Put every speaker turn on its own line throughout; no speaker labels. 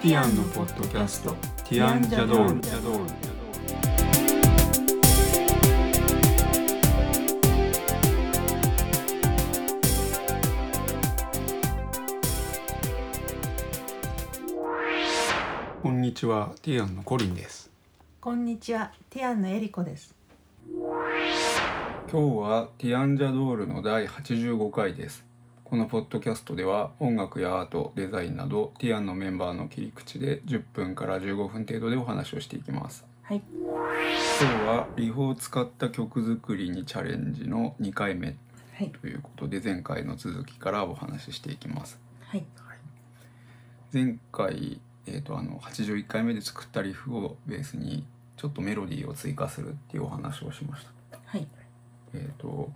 ッドキャスト「ティアンジャドール」こんにちはティアンのコリンです
こんにちは、ティアンのエリコです。
今日はティアンジャドールの第85回ですこのポッドキャストでは音楽やアートデザインなどティアンのメンバーの切り口で10分から15分程度でお話をしていきます
はい、
今日はリフを使った曲作りにチャレンジの2回目
はい、
ということで前回の続きからお話ししていきます
はい、
前回、えー、とあの81回目で作ったリフをベースにちょっとメロディーを追加するっていうお話をしました
はい、
えー、と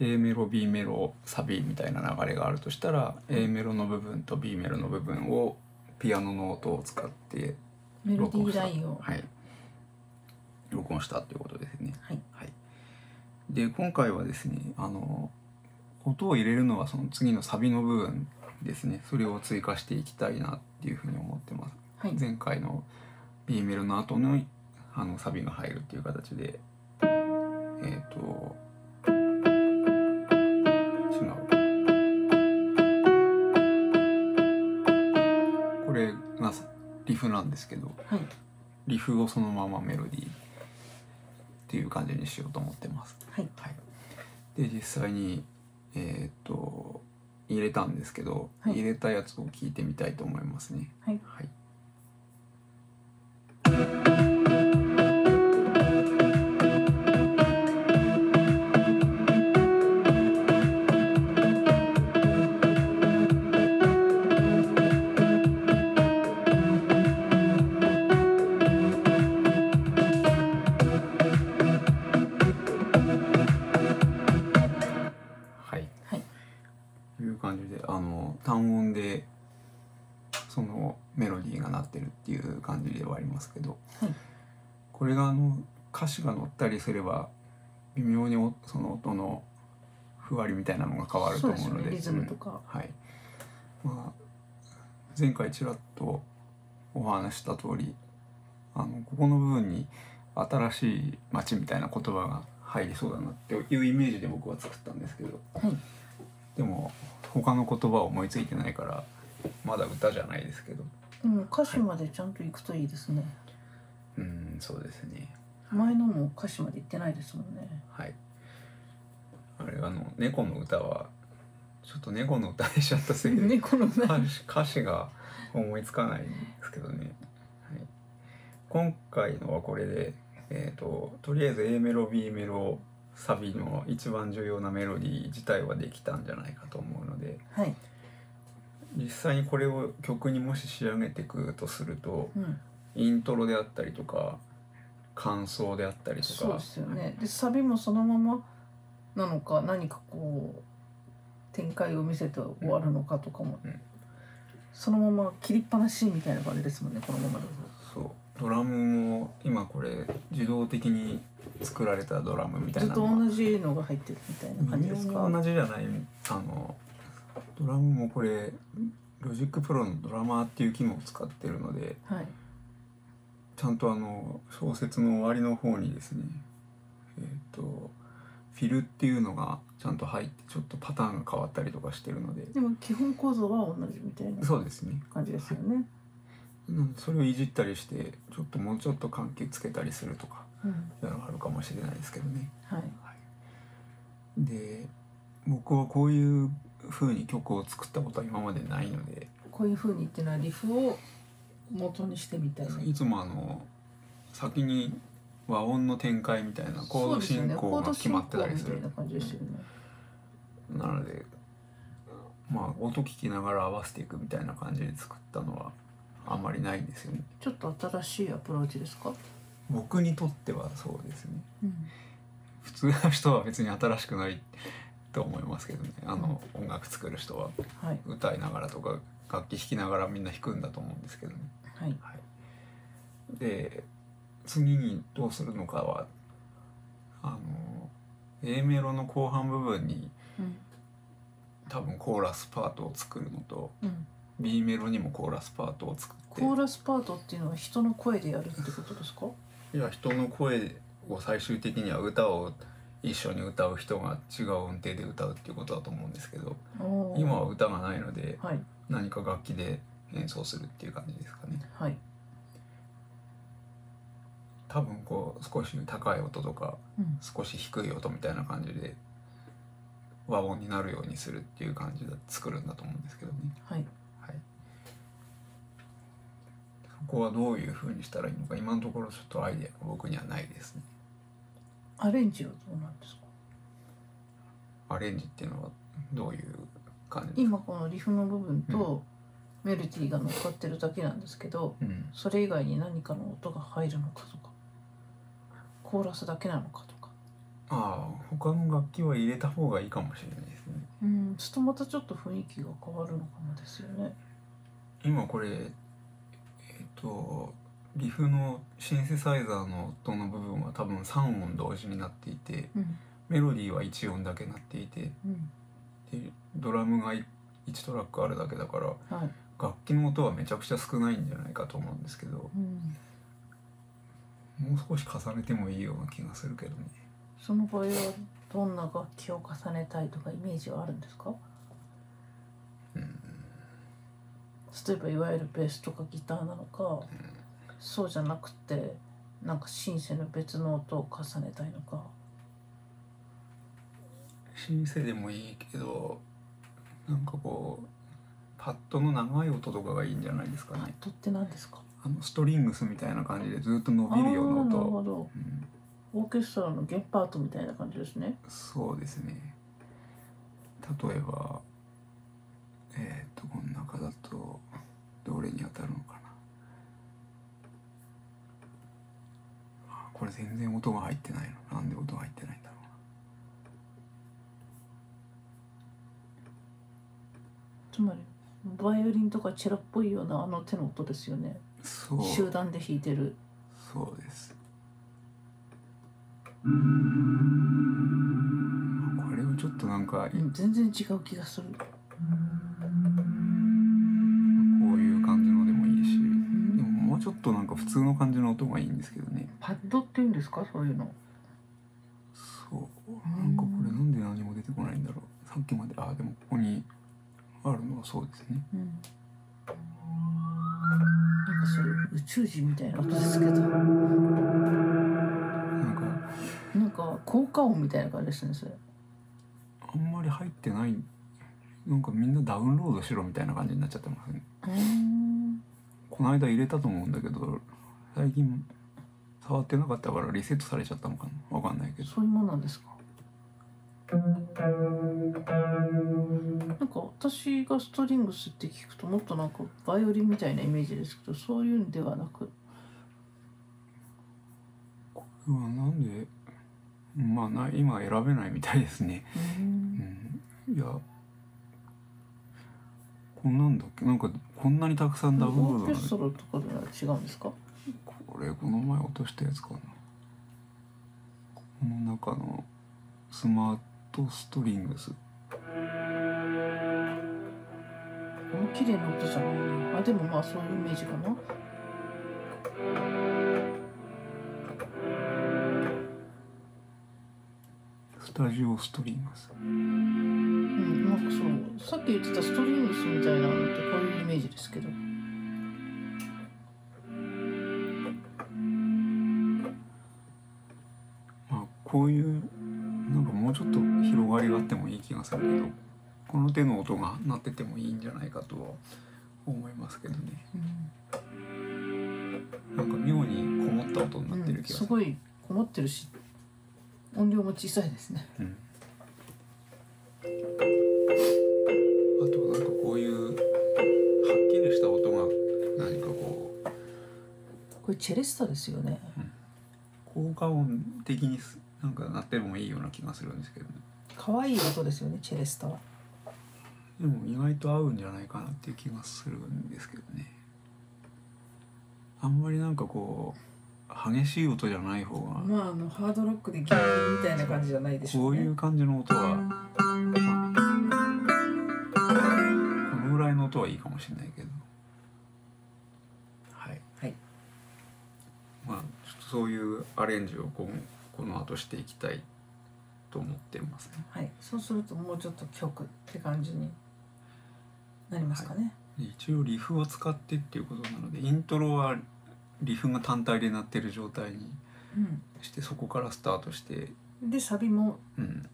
A メロ B メロサビみたいな流れがあるとしたら A メロの部分と B メロの部分をピアノの音を使って
メロデ
録
ィ
音し
ー
た
ラインを。
はい、録音したっていうことですね。
はい、
はい、で今回はですねあの音を入れるのはその次のサビの部分ですねそれを追加していきたいなっていうふうに思ってます。
はい、
前回の B メロの後のあのサビが入るっていう形でえっ、と違うこれがリフなんですけど
はい、
リフをそのままメロディーっていう感じにしようと思ってます。
はい、
はい、で実際にえっ、と入れたんですけど、
はい
入れたやつを聞いてみたいと思いますね。
はい
はいはい
はい、
いう感じであの単音でそのメロディーが鳴ってるっていう感じではありますけど、
はい
これがあの歌詞が乗ったりすれば微妙におその音のふわりみたいなのが変わると
そう
思
で
う
す
の
よ
で
ね、リズムとか。
うんはいまあ、前回ちらっとお話しした通りあのここの部分に新しい街みたいな言葉が入りそうだなっていうイメージで僕は作ったんですけど
はい、
でも他の言葉を思いついてないからまだ歌じゃないですけど
でも歌詞までちゃんと行くといいですね。
うんそうですね
前のも歌詞まで行ってないですもん ね。
はいあれあの猫の歌はちょっと猫の歌にしちゃったせいで、
猫の
歌
な。
詞歌詞が思いつかないんですけどね、はい、今回のはこれで、えー、ととりあえず A メロ B メロサビの一番重要なメロディー自体はできたんじゃないかと思うので
はい、
実際にこれを曲にもし仕上げていくとすると
うん、
イントロであったりとか感想であったりとか
そうですよね。で、サビもそのまま。なのか、何かこう。展開を見せて終わるのかとかも。
うん
そのまま切りっぱなしみたいな感じですもんね、このままだと。
そうドラムも今これ自動的に作られたドラムみたい
ずっ
な
と
のが
同じのが入ってるみたいな感じですか。
同じじゃないあのドラムもこれロジックプロのドラマーっていう機能を使ってるので
はい。
ちゃんとあの小説の終わりの方にですねえっ、とフィルっていうのがちゃんと入ってちょっとパターンが変わったりとかしてるので
でも基本構造は同じみたいな
そうですね
感じですよね。
うんそれをいじったりしてちょっともうちょっと関係つけたりするとか
うん、
いうのがあるかもしれないですけどね
はい、
で僕はこういう風に曲を作ったことは今までないので
こういう風に言ってないリフを元にしてみたいな。
いつもあの先に和音の展開みたいなコード進行が決まってたりす
そうですよねコード進行みた
る
いな
な
感じですよね。
のでまあ音聞きながら合わせていくみたいな感じで作ったのはあんまりないんですよね
ちょっと新しいアプローチですか。
僕にとってはそうですね
うん、
普通の人は別に新しくないと思いますけどねあの音楽作る人は
はい、
歌いながらとか楽器弾きながらみんな弾くんだと思うんですけどね
はい、
はい、で次にどうするのかはあの A メロの後半部分に
うん、
多分コーラスパートを作るのと
うん、
B メロにもコーラスパートを作って
コーラスパートっていうのは人の声でやるってことですか
いや人の声を最終的には歌を一緒に歌う人が違う音程で歌うっていうことだと思うんですけど
おー
今は歌がないので
はい
何か楽器で演奏するっていう感じですかね
はい、
多分こう少し高い音とか
うん、
少し低い音みたいな感じで和音になるようにするっていう感じで作るんだと思うんですけどね、
はい
はい、そこはどういう風にしたらいいのか今のところちょっとアイデアが僕にはないですね
アレンジはどうなんですか
アレンジっていうのはどういう感じですか
今このリフの部分とメロディーが乗っかってるだけなんですけど
うん、
それ以外に何かの音が入るのかとかコーラスだけなのかとか
ああ他の楽器は入れた方がいいかもしれないですね
うんちょっとまたちょっと雰囲気が変わるのかもですよね
今これえっとリフのシンセサイザーの音の部分は多分3音同時になっていて
うん
メロディーは1音だけなっていて
うん
でドラムが1トラックあるだけだから
はい
楽器の音はめちゃくちゃ少ないんじゃないかと思うんですけど
うん
もう少し重ねてもいいような気がするけどね
その場合はどんな楽器を重ねたいとかイメージはあるんですか
うん
例えばいわゆるベースとかギターなのかそうじゃなくてなんかシンセの別の音を重ねたいのか
シンセでもいいけどなんかこうパッドの長い音とかがいいんじゃないですか
パッ
ね
ドって何ですか
あのストリングスみたいな感じでずっと伸びるような
あーなる
音、
ほど
うん、
オーケストラの弦パートみたいな感じですね
そうですね例えばえっ、とこの中だとどれに当たるのかなあこれ全然音が入ってないのなんで音が入ってないんだろう
つまりバイオリンとかチェロっぽいようなあの手の音ですよね
なそう
集団で弾いてる
そうです。これをちょっとなんかいこ
うん全然違う気がする
ういう感じのでもいいし、
ん
でももうちょっとなんか普通の感じの音がいいんですけどね。
パッドって言うんですかそういうの
そう。なんかこれなんで何も出てこないんだろう。さっきまであでもここにあるのはそうですね。
うんなんかそれ宇宙人みたいな音ですけど
なんか
なんか効果音みたいな感じですねそれ
あんまり入ってない。なんかみんなダウンロードしろみたいな感じになっちゃってますね。
うん
この間入れたと思うんだけど最近触ってなかったからリセットされちゃったのかなわかんないけど
そういうもんなんですかなんか私がストリングスって聞くともっとなんかバイオリンみたいなイメージですけどそういうんではなく
うわなんでまあな今選べないみたいですねうんいやこんなんだっけなんかこんなにたくさんダウンロ
オ
ード
ーケ
な
ストラとかでは違うんですか
これこの前落としたやつかなこの中のスマートストリングス
この綺麗な音じゃないなあでもまあそういうイメージかな
スタジオストリングス
うんなんかそうさっき言ってたストリングスみたいなのってこういうイメージですけど
まあこういうなんかもうちょっと広がりがあってもいい気がするけどこの手の音が鳴っててもいいんじゃないかとは思いますけどねなんか妙にこもった音になってる気が
す
する、
ごいこもってるし音量も小さいですね
うんあとなんかこういうはっきりした音が何かこう
これチェレスタですよね
効果音的にすなんか鳴ってもいいような気がするんですけどね
可愛い音ですよねチェレスタは
でも意外と合うんじゃないかなっていう気がするんですけどねあんまりなんかこう激しい音じゃない方が
まああのハードロックでギャーみたいな感じじゃないでしょ
こ
う
う
ね
いう感じの音は、まあこのぐらいの音はいいかももしれないけどはい、
はい
まあちょっとそういうアレンジをここの後していきたいと思ってますね
はい、そうするともうちょっと曲って感じになりますかね。
一応リフを使ってっていうことなのでイントロはリフが単体で鳴ってる状態にしてそこからスタートして
うん、でサビも
うん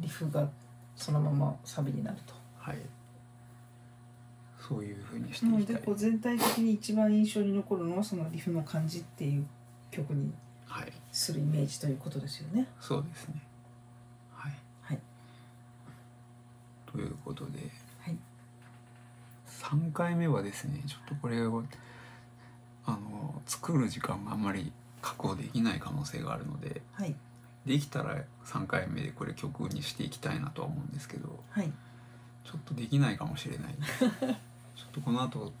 リフがそのままサビになると。
はいそういうふうにして
ないの
きた
で
い
こう全体的に一番印象に残るのはそのリフの感じっていう曲に
はい
するイメージということですよね。
そうですねはい、
はい
ということで、
はい
3回目はですねちょっとこれをあの作る時間があんまり確保できない可能性があるので
はい
できたら3回目でこれ曲にしていきたいなとは思うんですけど
はい
ちょっとできないかもしれない ちょっとこの後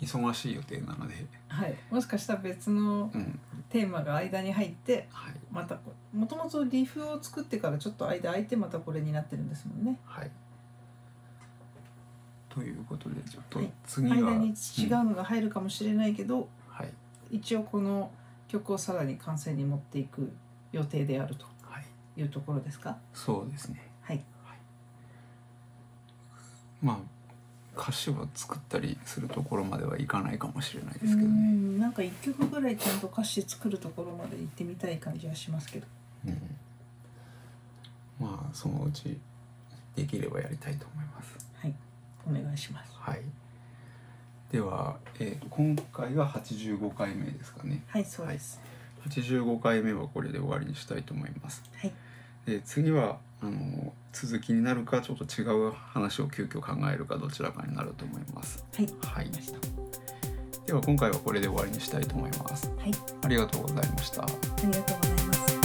忙しい予定なので
はい。もしかしたら別の
うん
テーマが間に入って
はい
またこうもともとリフを作ってからちょっと間空いてまたこれになってるんですもんね。
はいということでちょっと
はい
次は、
間に違
うん
うのが入るかもしれないけど、
はい
一応この曲をさらに完成に持っていく予定であると
はい
いうところですか。
そうですね
はい
まあ歌詞を作ったりするところまではいかないかもしれないで
う
すけどね、
んなんか一曲ぐらいちゃんと歌詞作るところまで行ってみたい感じはしますけど。
うんまあそのうちできればやりたいと思います
はい。お願いします。
はいでは、えー、と今回が85回目ですかね
はい、そうです。
85回目はこれで終わりにしたいと思います
はい。
で次はあの続きになるかちょっと違う話を急遽考えるかどちらかになると思います
はい。
はい
ました
では今回はこれで終わりにしたいと思います
はい。
ありがとうございました
ありがとうございます。